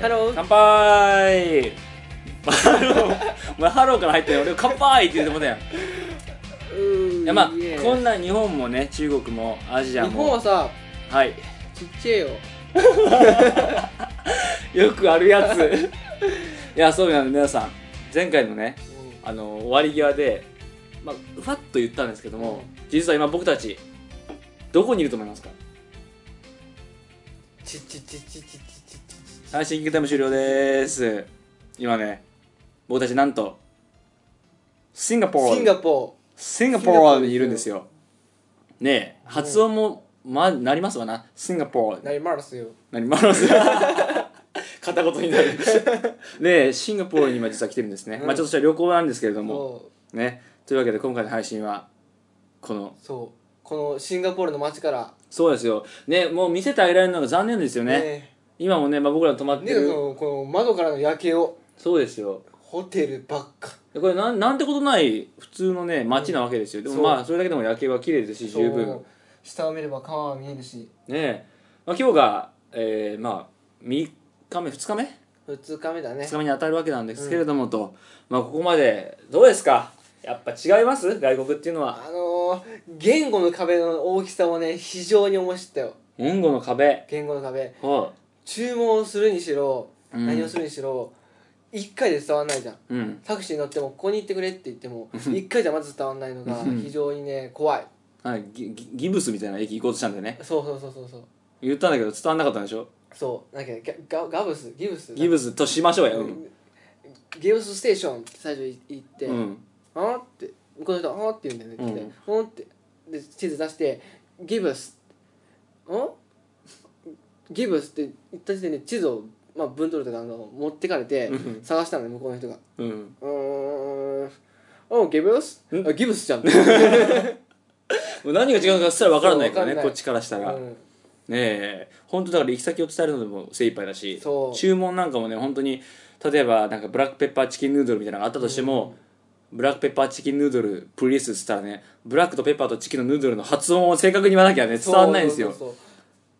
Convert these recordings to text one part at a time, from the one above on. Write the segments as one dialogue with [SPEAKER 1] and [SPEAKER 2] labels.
[SPEAKER 1] ハロー
[SPEAKER 2] 乾杯 まあハロー、まあ、ハローから入って俺乾杯って言ってもうたやんい
[SPEAKER 1] い
[SPEAKER 2] やまあこんな日本もね中国もアジア
[SPEAKER 1] 日本
[SPEAKER 2] も
[SPEAKER 1] はさ
[SPEAKER 2] はい
[SPEAKER 1] ちっちゃいよ
[SPEAKER 2] よくあるやついやそうなんで皆さん前回のねあの終わり際で、まあ、ふわっと言ったんですけども、実は今僕たちどこにいると思いますか
[SPEAKER 1] ちっちっちっちっちっちっちっち
[SPEAKER 2] はいシンキングタイム終了です今ね僕たちなんとシンガポール
[SPEAKER 1] シンガポ
[SPEAKER 2] シンガポールにいるんですよねえ発音も、まあ、なりますわなシンガポール
[SPEAKER 1] ーなりますよ
[SPEAKER 2] 何マロス 片言にな るでシンガポールに今実は来てるんですね、
[SPEAKER 1] うん
[SPEAKER 2] まあちょっとした旅行なんですけれども
[SPEAKER 1] そ
[SPEAKER 2] ねというわけで今回の配信はこの
[SPEAKER 1] うそうこのシンガポールの街から
[SPEAKER 2] そうですよねもう見せてあげられるのが残念ですよね今もね、まあ、僕ら泊まって
[SPEAKER 1] ね
[SPEAKER 2] る、
[SPEAKER 1] このこの窓からの夜景を
[SPEAKER 2] そうですよ
[SPEAKER 1] ホテルばっか
[SPEAKER 2] でこれなんなんてことない普通のね街なわけですよでも
[SPEAKER 1] そう
[SPEAKER 2] まあそれだけでも夜景は綺麗ですし十
[SPEAKER 1] そ
[SPEAKER 2] 分
[SPEAKER 1] う下を見れば川は見えるし
[SPEAKER 2] ねまあ、今日が、えーまあ3日目2日目
[SPEAKER 1] 2日目だね
[SPEAKER 2] 2日目に当たるわけなんですけれどもと、まあここまでどうですかやっぱ違います外国っていうのは
[SPEAKER 1] あのー、言語の壁の大きさもね非常に面白かったよ
[SPEAKER 2] 言語の壁
[SPEAKER 1] 言語の壁
[SPEAKER 2] は
[SPEAKER 1] 注文するにしろ
[SPEAKER 2] うん
[SPEAKER 1] 何をするにしろ、一回で伝わんないじゃん
[SPEAKER 2] いうん
[SPEAKER 1] タクシーに乗ってもここに行ってくれって言っても一回じゃまず伝わんないのが
[SPEAKER 2] うん
[SPEAKER 1] 非常にね怖い
[SPEAKER 2] あギギギブスみたいな駅行こうとしたんでね
[SPEAKER 1] そうそうそうそうそう
[SPEAKER 2] 言ったんだけど伝わんなかったんでしょ
[SPEAKER 1] そうなんかギャガガブスギブス
[SPEAKER 2] ギブスとしましょうやうん、
[SPEAKER 1] ギブスステーションって最初言って、
[SPEAKER 2] うん、
[SPEAKER 1] あーって向こうの人「あー」って言うんだよね来て「うん」ってで地図出して「ギブス」んギブスって言った時点で地図を、まあ、分取るとかあの持ってかれて
[SPEAKER 2] うん
[SPEAKER 1] 探したのね向こうの人が
[SPEAKER 2] うん、
[SPEAKER 1] 「うーんおギブス
[SPEAKER 2] ん
[SPEAKER 1] あギブスじゃん」
[SPEAKER 2] もう何が違うのかすら分からないから
[SPEAKER 1] そう分かん
[SPEAKER 2] ね
[SPEAKER 1] ない
[SPEAKER 2] こっちからしたら、
[SPEAKER 1] う
[SPEAKER 2] ね
[SPEAKER 1] ん
[SPEAKER 2] え本当だから行き先を伝えるのでも精一杯だし
[SPEAKER 1] そう
[SPEAKER 2] 注文なんかもね本当に例えばなんかブラックペッパーチキンヌードルみたいなのがあったとしても、ブラックペッパーチキンヌードルプリースっつったらねブラックとペッパーとチキンのヌードルの発音を正確に言わなきゃね伝わんないんですよ
[SPEAKER 1] そうそう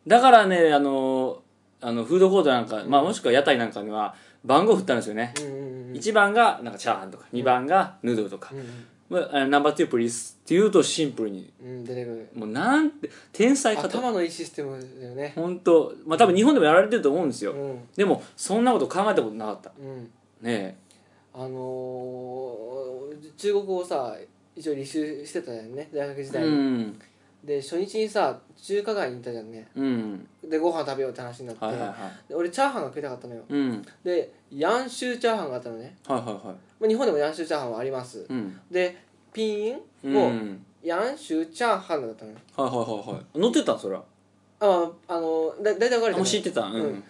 [SPEAKER 2] だからねあのあのフードコートなんか、まあ、もしくは屋台なんかには番号振ったんですよね、
[SPEAKER 1] そううんうんうん
[SPEAKER 2] 1番がなんかチャーハンとか2番がヌードルとか、まああ、ナンバー2プリースっていうとシンプルに
[SPEAKER 1] うんうん出てくる
[SPEAKER 2] もうなんて天才かと
[SPEAKER 1] 頭のいいシステムだよね
[SPEAKER 2] 本当まあ多分日本でもやられてると思うんですよ、
[SPEAKER 1] うん
[SPEAKER 2] でもそんなこと考えたことなかった
[SPEAKER 1] うん
[SPEAKER 2] ね
[SPEAKER 1] あのー、中国語をさ一応履修してたよね大学時
[SPEAKER 2] え
[SPEAKER 1] 代
[SPEAKER 2] う
[SPEAKER 1] に、
[SPEAKER 2] ん
[SPEAKER 1] で初日にさ中華街に行ったじゃんね
[SPEAKER 2] うん
[SPEAKER 1] でご飯食べようって話になって、
[SPEAKER 2] はいはいはい
[SPEAKER 1] で俺チャーハンが食いたかったのよ
[SPEAKER 2] うん
[SPEAKER 1] でヤンシューチャーハンがあったのね、
[SPEAKER 2] はいはいはい
[SPEAKER 1] まあ、日本でもヤンシューチャーハンはあります
[SPEAKER 2] うん
[SPEAKER 1] でピン
[SPEAKER 2] う
[SPEAKER 1] イ
[SPEAKER 2] ん
[SPEAKER 1] ン
[SPEAKER 2] はい
[SPEAKER 1] も、
[SPEAKER 2] はい
[SPEAKER 1] ヤンシューチャーハンだったのよ
[SPEAKER 2] はいはい乗ってたんそれは
[SPEAKER 1] ああのだ大体分かる
[SPEAKER 2] もう
[SPEAKER 1] じ
[SPEAKER 2] 知ってたうん
[SPEAKER 1] ゃん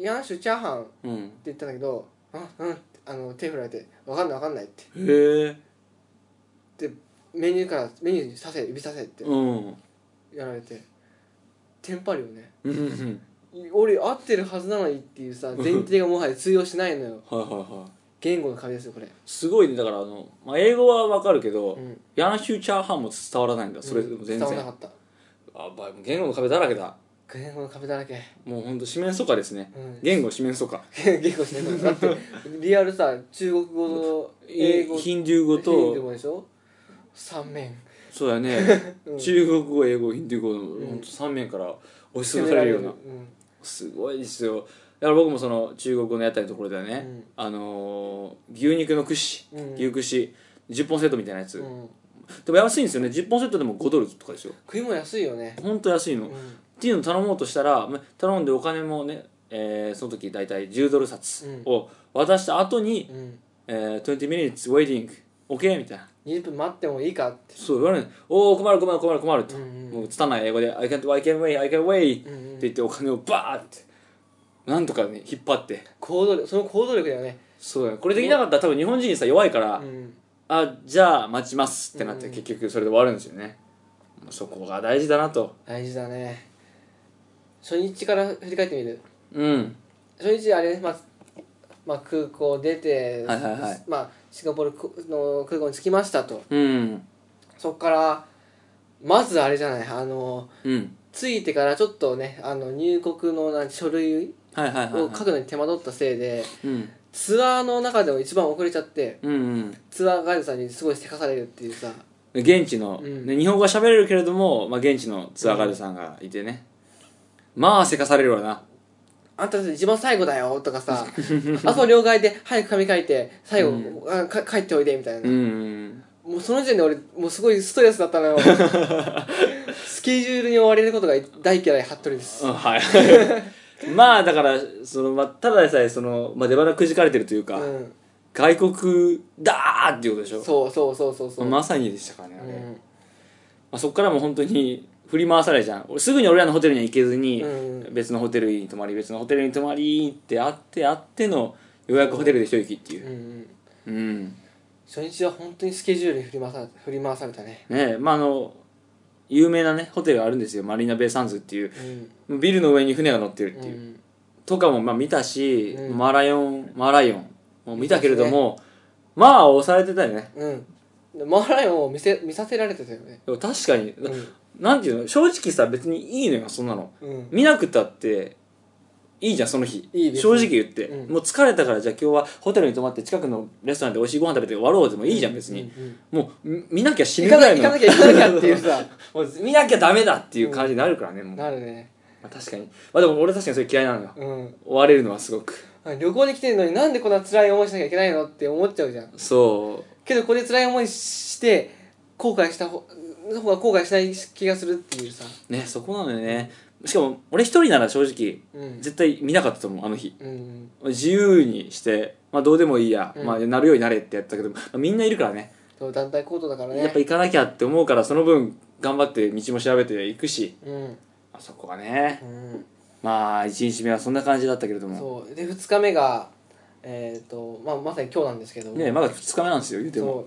[SPEAKER 1] ヤンシューチャーハンって
[SPEAKER 2] うん
[SPEAKER 1] 言ったんだけど「うんうん」あの手振られて「分かんない分かんない」って
[SPEAKER 2] へえ
[SPEAKER 1] メニューからメニューにさせ指させって
[SPEAKER 2] うん
[SPEAKER 1] やられてテンパるよね
[SPEAKER 2] うんうん
[SPEAKER 1] 俺合ってるはずなのにってい うさ前提がもはや通用しないのよ
[SPEAKER 2] はいはいはい
[SPEAKER 1] 言語の壁ですよこれ、
[SPEAKER 2] すごいねだからあの、まあ、英語はわかるけど、
[SPEAKER 1] うん
[SPEAKER 2] ヤンシューチャーハンも伝わらないんだそれでも全
[SPEAKER 1] 伝わらな
[SPEAKER 2] 然、
[SPEAKER 1] かった
[SPEAKER 2] あばいもう言語の壁だらけだ
[SPEAKER 1] 言語の壁だらけ、
[SPEAKER 2] もうほんと四面楚歌ですね
[SPEAKER 1] うん、
[SPEAKER 2] 言語四面楚歌
[SPEAKER 1] 言語しないのだってリアルさ中国語と英語
[SPEAKER 2] ヒンデュー語
[SPEAKER 1] ヒンディー
[SPEAKER 2] と
[SPEAKER 1] 語でしょ三面
[SPEAKER 2] そうだよね、
[SPEAKER 1] うん
[SPEAKER 2] 中国語英語ヒンデュー語の
[SPEAKER 1] うん
[SPEAKER 2] ほんと3面から押し潰されるようなすごいですよだから僕もその中国語の屋台のところではね、
[SPEAKER 1] うん
[SPEAKER 2] あのー牛肉の串、
[SPEAKER 1] うん
[SPEAKER 2] 牛串10本セットみたいなやつ、
[SPEAKER 1] うんうん
[SPEAKER 2] でも安いんですよね10本セットでも5ドルとかですよ
[SPEAKER 1] 食いも安いよね、
[SPEAKER 2] ほんと安いの、
[SPEAKER 1] うん
[SPEAKER 2] っ、ていうのを頼もうとしたらま頼んでお金もね、えーその時大体10ドル札を渡した後に、
[SPEAKER 1] うん、
[SPEAKER 2] えー、20 minutes waiting OK みたいな
[SPEAKER 1] 20分待ってもいいかって
[SPEAKER 2] そう言われるおお困る困る困る困ると、
[SPEAKER 1] うんうん
[SPEAKER 2] もう拙い英語で「I can't I can't wait I can't wait」
[SPEAKER 1] うん
[SPEAKER 2] って言ってお金をバーってなんとかね引っ張って
[SPEAKER 1] 行動力その行動力だよね、
[SPEAKER 2] そうだねこれできなかったら多分日本人さ弱いから、
[SPEAKER 1] うん、
[SPEAKER 2] あじゃあ待ちますってなって
[SPEAKER 1] うん
[SPEAKER 2] 結局それで終わるんですよね、まあそこが大事だなと
[SPEAKER 1] 大事だね初日から振り返ってみる
[SPEAKER 2] うん
[SPEAKER 1] 初日あれまあ、まあ、空港出て、
[SPEAKER 2] はいはいはい
[SPEAKER 1] まあ、シンガポール空の空港に着きましたと
[SPEAKER 2] うん
[SPEAKER 1] そこからまずあれじゃないあの
[SPEAKER 2] うん
[SPEAKER 1] 着いてからちょっとねあの入国のなん書類
[SPEAKER 2] ははいはいはい、はい、
[SPEAKER 1] を書くのに手間取ったせいで
[SPEAKER 2] うん
[SPEAKER 1] ツアーの中でも一番遅れちゃって
[SPEAKER 2] うんうん
[SPEAKER 1] ツアーガイドさんにすごいせかされるっていうさ
[SPEAKER 2] 現地の、
[SPEAKER 1] うん
[SPEAKER 2] ね日本語は喋れるけれども、まあ、現地のツアーガイドさんがいてね、まあせかされるわな
[SPEAKER 1] あんたたち一番最後だよと かさあそう両替で早く紙書いて最後、あか帰っておいでみたいな
[SPEAKER 2] うん、うん、
[SPEAKER 1] もうその時点で俺もうすごいストレスだったの よスケジュールに追われることが大嫌い服部です
[SPEAKER 2] うんはい まあだからその、まあ、ただでさえその、まあ、出腹くじかれてるという
[SPEAKER 1] う
[SPEAKER 2] か、
[SPEAKER 1] ん
[SPEAKER 2] 外国だーっていうことでしょ
[SPEAKER 1] そうそうそうそうそう、
[SPEAKER 2] まさにでしたからねあ
[SPEAKER 1] う
[SPEAKER 2] れ、ま
[SPEAKER 1] ん
[SPEAKER 2] あ、そっからもう本当に振り回されるじゃん俺すぐに俺らのホテルには行けずに、
[SPEAKER 1] うん
[SPEAKER 2] 別のホテルに泊まり別のホテルに泊まりってあってあってのようやくホテルで一息っていうう、
[SPEAKER 1] ん、
[SPEAKER 2] うん、
[SPEAKER 1] 初日は本当にスケジュールに振り回さ振り回されたね
[SPEAKER 2] ねえまああの有名なねホテルがあるんですよマリーナ・ベイ・サンズっていう
[SPEAKER 1] うん
[SPEAKER 2] ビルの上に船が乗ってるって
[SPEAKER 1] う
[SPEAKER 2] いう、
[SPEAKER 1] ん
[SPEAKER 2] とかもまあ見たし、
[SPEAKER 1] うん
[SPEAKER 2] マライオンマライオンも見たけれども、まあ押されてたよね
[SPEAKER 1] うんでマーライオンを見せ見させられてたよね
[SPEAKER 2] でも確かに、
[SPEAKER 1] うん
[SPEAKER 2] なんていうの正直さ別にいいのよそんなの
[SPEAKER 1] うん
[SPEAKER 2] 見なくたっていいじゃんその日
[SPEAKER 1] いいです
[SPEAKER 2] 正直言って、
[SPEAKER 1] うん
[SPEAKER 2] もう疲れたからじゃあ今日はホテルに泊まって近くのレストランで美味しいご飯食べて終わろうでもいいじゃん別に、
[SPEAKER 1] うんうん
[SPEAKER 2] もうみ見なきゃ死ぬ
[SPEAKER 1] 行
[SPEAKER 2] ぐ
[SPEAKER 1] からないきゃ行
[SPEAKER 2] の
[SPEAKER 1] かなきゃ行かなきゃっていうさ
[SPEAKER 2] もう見なきゃダメだっていう感じになるからね、もう、ま
[SPEAKER 1] なるね
[SPEAKER 2] あ、確かにまあでも俺確かにそれ嫌いなのよ
[SPEAKER 1] うん
[SPEAKER 2] 追われるのはすごく
[SPEAKER 1] 旅行に来てるのになんでこんな辛い思いしなきゃいけないのって思っちゃうじゃん
[SPEAKER 2] そ
[SPEAKER 1] けどこれ辛い思いして後悔した方の方が後悔しない気がするっていうさ
[SPEAKER 2] うねそこなのよねしかも俺一人なら正直
[SPEAKER 1] うん
[SPEAKER 2] 絶対見なかったと思うあの日
[SPEAKER 1] うん
[SPEAKER 2] 自由にしてまあどうでもいいや、
[SPEAKER 1] うん
[SPEAKER 2] まあなるようになれってやったけど、まあみんないるからね
[SPEAKER 1] そう団体行動だからね
[SPEAKER 2] やっぱ行かなきゃって思うからその分頑張って道も調べていくし、
[SPEAKER 1] うん、
[SPEAKER 2] まあ、そこがね
[SPEAKER 1] うん、
[SPEAKER 2] まあ1日目はそんな感じだったけれども
[SPEAKER 1] そうで2日目がえっ、と、まあ、まさに今日なんですけども
[SPEAKER 2] ねまだ2日目なんですよ言うても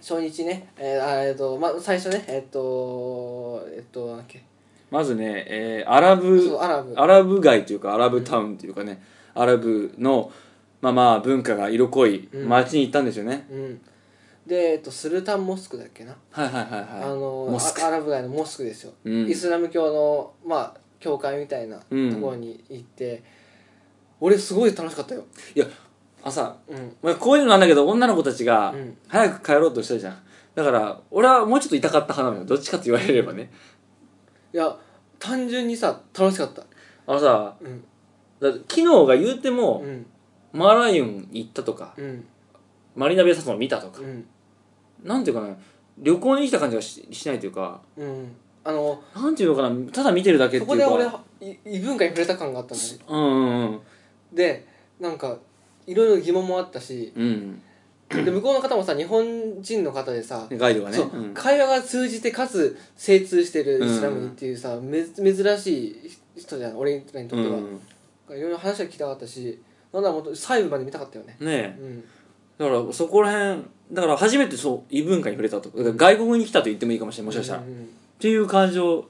[SPEAKER 1] そう初日ねえー、あえーと、まあ、最初ねえっ、とえっ、となんだっけ
[SPEAKER 2] まずね、えーアラブ
[SPEAKER 1] そうアラブ
[SPEAKER 2] アラブ街というかアラブタウンというかね、アラブのまあまあ文化が色濃い
[SPEAKER 1] うん
[SPEAKER 2] 街に行ったんですよね、
[SPEAKER 1] うんで、えっとスルタンモスクだっけな、
[SPEAKER 2] はいはいはいはい
[SPEAKER 1] あの
[SPEAKER 2] モスク
[SPEAKER 1] あアラブ街のモスクですよ、
[SPEAKER 2] うん
[SPEAKER 1] イスラム教のまあ教会みたいなとこ
[SPEAKER 2] うん
[SPEAKER 1] ろに行って、俺すごい楽しかったよ
[SPEAKER 2] いや朝、
[SPEAKER 1] うん
[SPEAKER 2] まあ、こういうのなんだけど女の子たちが
[SPEAKER 1] うん
[SPEAKER 2] 早く帰ろうとしたじゃんだから俺はもうちょっと痛かった派なのよどっちかって言われればね
[SPEAKER 1] いや単純にさ楽しかった
[SPEAKER 2] あのさ
[SPEAKER 1] うん
[SPEAKER 2] だって昨日が言うて
[SPEAKER 1] う
[SPEAKER 2] も、
[SPEAKER 1] ん
[SPEAKER 2] マーライオン行ったとか
[SPEAKER 1] うん
[SPEAKER 2] マリーナ・ベイ・サンズも見たとか
[SPEAKER 1] う、ん
[SPEAKER 2] なんていうかな旅行に来た感じがししないというか
[SPEAKER 1] うんあの
[SPEAKER 2] なんていうのかなただ見てるだけって
[SPEAKER 1] そ
[SPEAKER 2] いうか
[SPEAKER 1] こで俺はい異文化に触れた感があったのね
[SPEAKER 2] うんうんうん
[SPEAKER 1] でなんかいろいろ疑問もあったし
[SPEAKER 2] うん
[SPEAKER 1] で向こうの方もさ日本人の方でさ、
[SPEAKER 2] ガイドがね
[SPEAKER 1] そう、
[SPEAKER 2] うん
[SPEAKER 1] 会話が通じてかつ精通してるイスラムっていうさ、め珍しい人じゃん俺らにとっては、
[SPEAKER 2] うん
[SPEAKER 1] いろいろ話は聞きたかったしなんだもっと細部まで見たかったよね
[SPEAKER 2] ね
[SPEAKER 1] うん
[SPEAKER 2] えだからそこら辺だから初めてそう異文化に触れたとだから外国に来たと言ってもいいかもしれないもしかしたら、
[SPEAKER 1] う
[SPEAKER 2] っ
[SPEAKER 1] ん
[SPEAKER 2] ていう感情を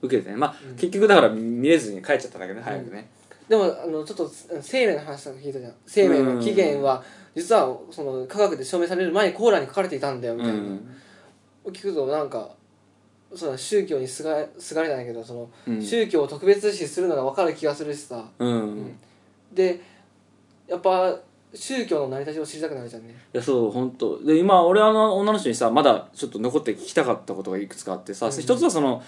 [SPEAKER 2] 受けてねまあ、
[SPEAKER 1] うん
[SPEAKER 2] 結局だから見れずに帰っちゃっただけね早くね、
[SPEAKER 1] でもあのちょっと生命の話とか聞いたじゃん生命の起源は実はその科学で証明される前にコーランに書かれていたんだよ
[SPEAKER 2] うん
[SPEAKER 1] みたいな、聞くとなんかその宗教にすがすがれじゃないけどその、
[SPEAKER 2] うん
[SPEAKER 1] 宗教を特別視するのが分かる気がするしさ
[SPEAKER 2] うん
[SPEAKER 1] んでやっぱ宗教の成り立ちを知りたくなるじゃんね
[SPEAKER 2] いやそう本当で今俺あの女の人にさまだちょっと残って聞きたかったことがいくつかあってさ、
[SPEAKER 1] うん
[SPEAKER 2] 一つはその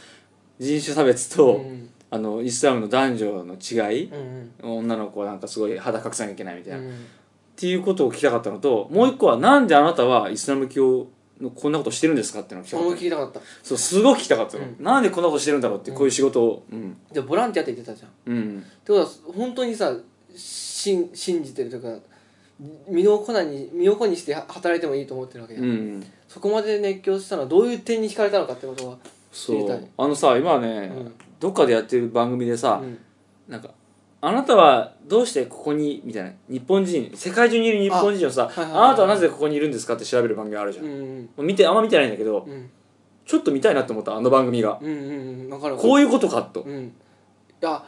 [SPEAKER 2] 人種差別
[SPEAKER 1] う
[SPEAKER 2] と、
[SPEAKER 1] ん
[SPEAKER 2] あのイスラムの男女の違い、
[SPEAKER 1] うんうん
[SPEAKER 2] 女の子はなんかすごい肌隠さなきゃいけないみたいな、っ
[SPEAKER 1] うん
[SPEAKER 2] ていうことを聞きたかったのともう一個はなんであなたはイスラム教のこんなことしてるんですかっていうのを聞きた
[SPEAKER 1] そ
[SPEAKER 2] か
[SPEAKER 1] れも
[SPEAKER 2] った
[SPEAKER 1] 聞きたかった
[SPEAKER 2] そうすごく聞きたかったの、
[SPEAKER 1] う
[SPEAKER 2] なんでこんなことしてるんだろうってこういう仕事をうん
[SPEAKER 1] じゃあボランティアって言ってたじゃん
[SPEAKER 2] うん、
[SPEAKER 1] ってことは本当にさ信信じてるというか身を粉に身を粉にして働いてもいいと思ってるわけ
[SPEAKER 2] う
[SPEAKER 1] じゃ
[SPEAKER 2] ん
[SPEAKER 1] ん、そこまで熱狂したのはどういう点に惹かれたのかってことは
[SPEAKER 2] そ
[SPEAKER 1] 知りた
[SPEAKER 2] う
[SPEAKER 1] い
[SPEAKER 2] あのさ今ね、
[SPEAKER 1] うん
[SPEAKER 2] どっかでやってる番組でさ、
[SPEAKER 1] うん
[SPEAKER 2] なんかあなたはどうしてここにみたいな日本人世界中にいる日本人をさあ,、
[SPEAKER 1] はいはいはい
[SPEAKER 2] なたはなぜここにいるんですかって調べる番組があるじゃん、
[SPEAKER 1] う
[SPEAKER 2] も
[SPEAKER 1] ん
[SPEAKER 2] う見てあんま見てないんだけど
[SPEAKER 1] うんうん
[SPEAKER 2] ちょっと見たいなと思ったあの番組が、
[SPEAKER 1] うんうんうん分かる
[SPEAKER 2] こ
[SPEAKER 1] う
[SPEAKER 2] ういうことかと、ね
[SPEAKER 1] うんいや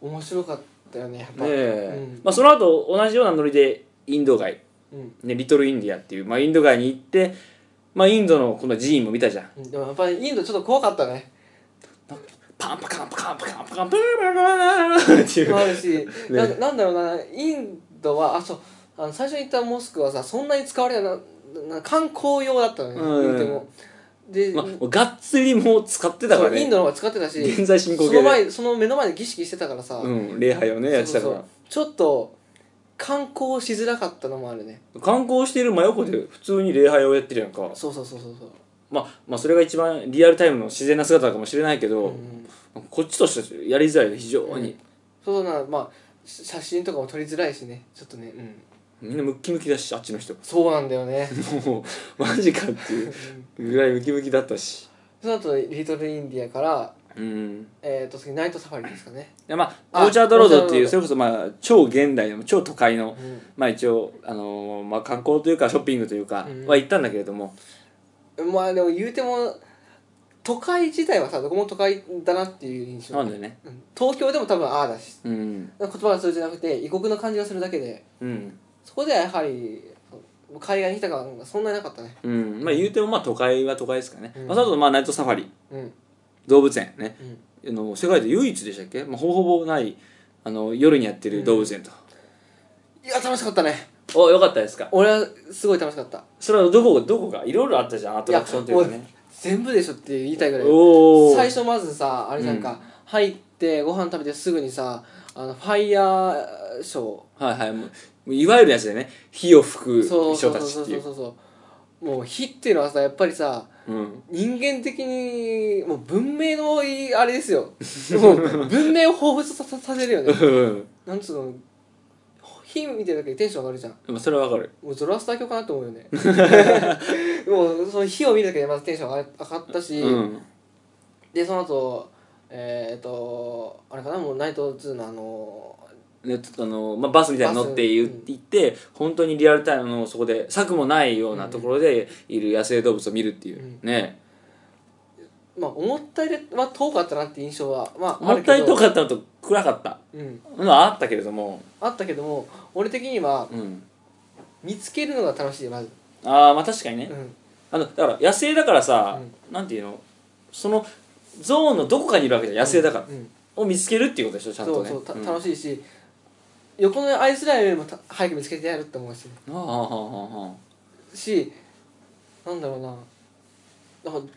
[SPEAKER 1] 面白かったよねやっぱ、
[SPEAKER 2] え、
[SPEAKER 1] うん
[SPEAKER 2] まあ、その後同じようなノリでインド街、
[SPEAKER 1] うん
[SPEAKER 2] ね、リトルインディアっていう、まあ、インド街に行って、まあ、インドのこの寺院も見たじゃん
[SPEAKER 1] でもやっぱりインドちょっと怖かったね
[SPEAKER 2] パンパカンパカンパカンパカンブルブルブルブルっていう
[SPEAKER 1] もあ るし、ななんだろうなインドはあそうあの最初に行ったモスクはさそんなに使われないなな観光用だったのね、
[SPEAKER 2] うん
[SPEAKER 1] 言うてもで、
[SPEAKER 2] まあもうがっつりもう使ってたから
[SPEAKER 1] そうイン
[SPEAKER 2] ね
[SPEAKER 1] ドの方が使ってたし
[SPEAKER 2] 現在進行
[SPEAKER 1] そ
[SPEAKER 2] 形
[SPEAKER 1] の
[SPEAKER 2] で
[SPEAKER 1] 前その目の前で儀式してたからさ、
[SPEAKER 2] うん礼拝をねやってた
[SPEAKER 1] そう
[SPEAKER 2] か
[SPEAKER 1] そう
[SPEAKER 2] ら
[SPEAKER 1] ちょっと観光しづらかったのもあるね
[SPEAKER 2] 観光してる真横で普通に礼拝をやってるやんか
[SPEAKER 1] そうそうそうそうそう
[SPEAKER 2] まあまあそれが一番リアルタイムの自然な姿かもしれないけ
[SPEAKER 1] う
[SPEAKER 2] ど
[SPEAKER 1] ん
[SPEAKER 2] こっちとしてはやりづらいね非常に
[SPEAKER 1] そうだなまあし写真とかも撮りづらいしねちょっとね、うん、
[SPEAKER 2] みんなムッキムキだしあっちの人
[SPEAKER 1] そうなんだよね
[SPEAKER 2] もうマジかっていうぐらいムキムキだったし
[SPEAKER 1] その後リトルインディアから
[SPEAKER 2] うん
[SPEAKER 1] えっ、と次ナイトサファリですかね、
[SPEAKER 2] でまあ
[SPEAKER 1] あ
[SPEAKER 2] オーチャードロードってい
[SPEAKER 1] オー
[SPEAKER 2] う
[SPEAKER 1] チ
[SPEAKER 2] それこそまあ超現代の超都会
[SPEAKER 1] う
[SPEAKER 2] の
[SPEAKER 1] ん
[SPEAKER 2] まあ一応あのーまあ観光というかショッピングというか
[SPEAKER 1] うん
[SPEAKER 2] は行ったんだけれども
[SPEAKER 1] まあでも言うても都会自体はさどこも都会だなっていう印象
[SPEAKER 2] なんでね
[SPEAKER 1] うん東京でも多分ああだし
[SPEAKER 2] うん
[SPEAKER 1] 言葉が通じなくて異国の感じがするだけで
[SPEAKER 2] うん
[SPEAKER 1] そこではやはり海外に来た感がそんなになかったね
[SPEAKER 2] うんまあ言うてもまあ都会は都会ですからね
[SPEAKER 1] うん
[SPEAKER 2] まあその後まあナイトサファリ
[SPEAKER 1] うん
[SPEAKER 2] 動物園ね
[SPEAKER 1] うん
[SPEAKER 2] あの世界で唯一でしたっけ、まあ、ほぼほぼないあの夜にやってる動物園と、
[SPEAKER 1] いや楽しかったね
[SPEAKER 2] およかったですか
[SPEAKER 1] 俺はすごい楽しかった
[SPEAKER 2] それはどこどこがいろいろあったじゃんアトラクションというかね
[SPEAKER 1] 全部でしょって言いたいぐらい
[SPEAKER 2] おお
[SPEAKER 1] 最初まずさあれなんか、入ってご飯食べてすぐにさあのファイヤーショ
[SPEAKER 2] はいはいもういわゆるやつでね火を吹く
[SPEAKER 1] ーそう
[SPEAKER 2] 人
[SPEAKER 1] そう
[SPEAKER 2] た
[SPEAKER 1] そう
[SPEAKER 2] ち
[SPEAKER 1] そ
[SPEAKER 2] っ
[SPEAKER 1] う
[SPEAKER 2] てい
[SPEAKER 1] そう
[SPEAKER 2] う
[SPEAKER 1] そうそうもう火っていうのはさやっぱりさ
[SPEAKER 2] うん
[SPEAKER 1] 人間的にもう文明のいいあれで すよもう文明を彷彿とささせるよね
[SPEAKER 2] うん
[SPEAKER 1] なんつうの火見てるだけでテンション上がるじゃん
[SPEAKER 2] でもそれはわかる
[SPEAKER 1] もうゾロアスター教かなと思う よねもうその火を見るだけでまずテンション上が上がったし、
[SPEAKER 2] うん
[SPEAKER 1] でその後えっ、とあれかなもうナイト2のあの
[SPEAKER 2] ね、ちょっとあのまあ、バスみたいに乗って言
[SPEAKER 1] バスうん
[SPEAKER 2] 行って本当にリアルタイムのそこで策もないようなところでいる野生動物を見るっていう、
[SPEAKER 1] うん
[SPEAKER 2] ね
[SPEAKER 1] まあ思ったよりは遠かったなって印象はまああ
[SPEAKER 2] も
[SPEAKER 1] る
[SPEAKER 2] っ
[SPEAKER 1] け
[SPEAKER 2] た
[SPEAKER 1] ど
[SPEAKER 2] いとかったのと暗かった
[SPEAKER 1] うん、
[SPEAKER 2] のはあったけれども、
[SPEAKER 1] あったけども俺的には
[SPEAKER 2] うん、
[SPEAKER 1] 見つけるのが楽しいまず、
[SPEAKER 2] ああまあ確かに
[SPEAKER 1] う
[SPEAKER 2] ね、
[SPEAKER 1] ん、
[SPEAKER 2] あのだから野生だからさ、なんていうのそのゾーンのどこかにいるわけじゃん野生だから、
[SPEAKER 1] うん
[SPEAKER 2] を見つけるっていうことでしょちゃんとね
[SPEAKER 1] そうそうた
[SPEAKER 2] しい
[SPEAKER 1] 楽しいし、横のアイスラインよりもた早く見つけてやるって思うし
[SPEAKER 2] ああああああ
[SPEAKER 1] しなんだろうななんか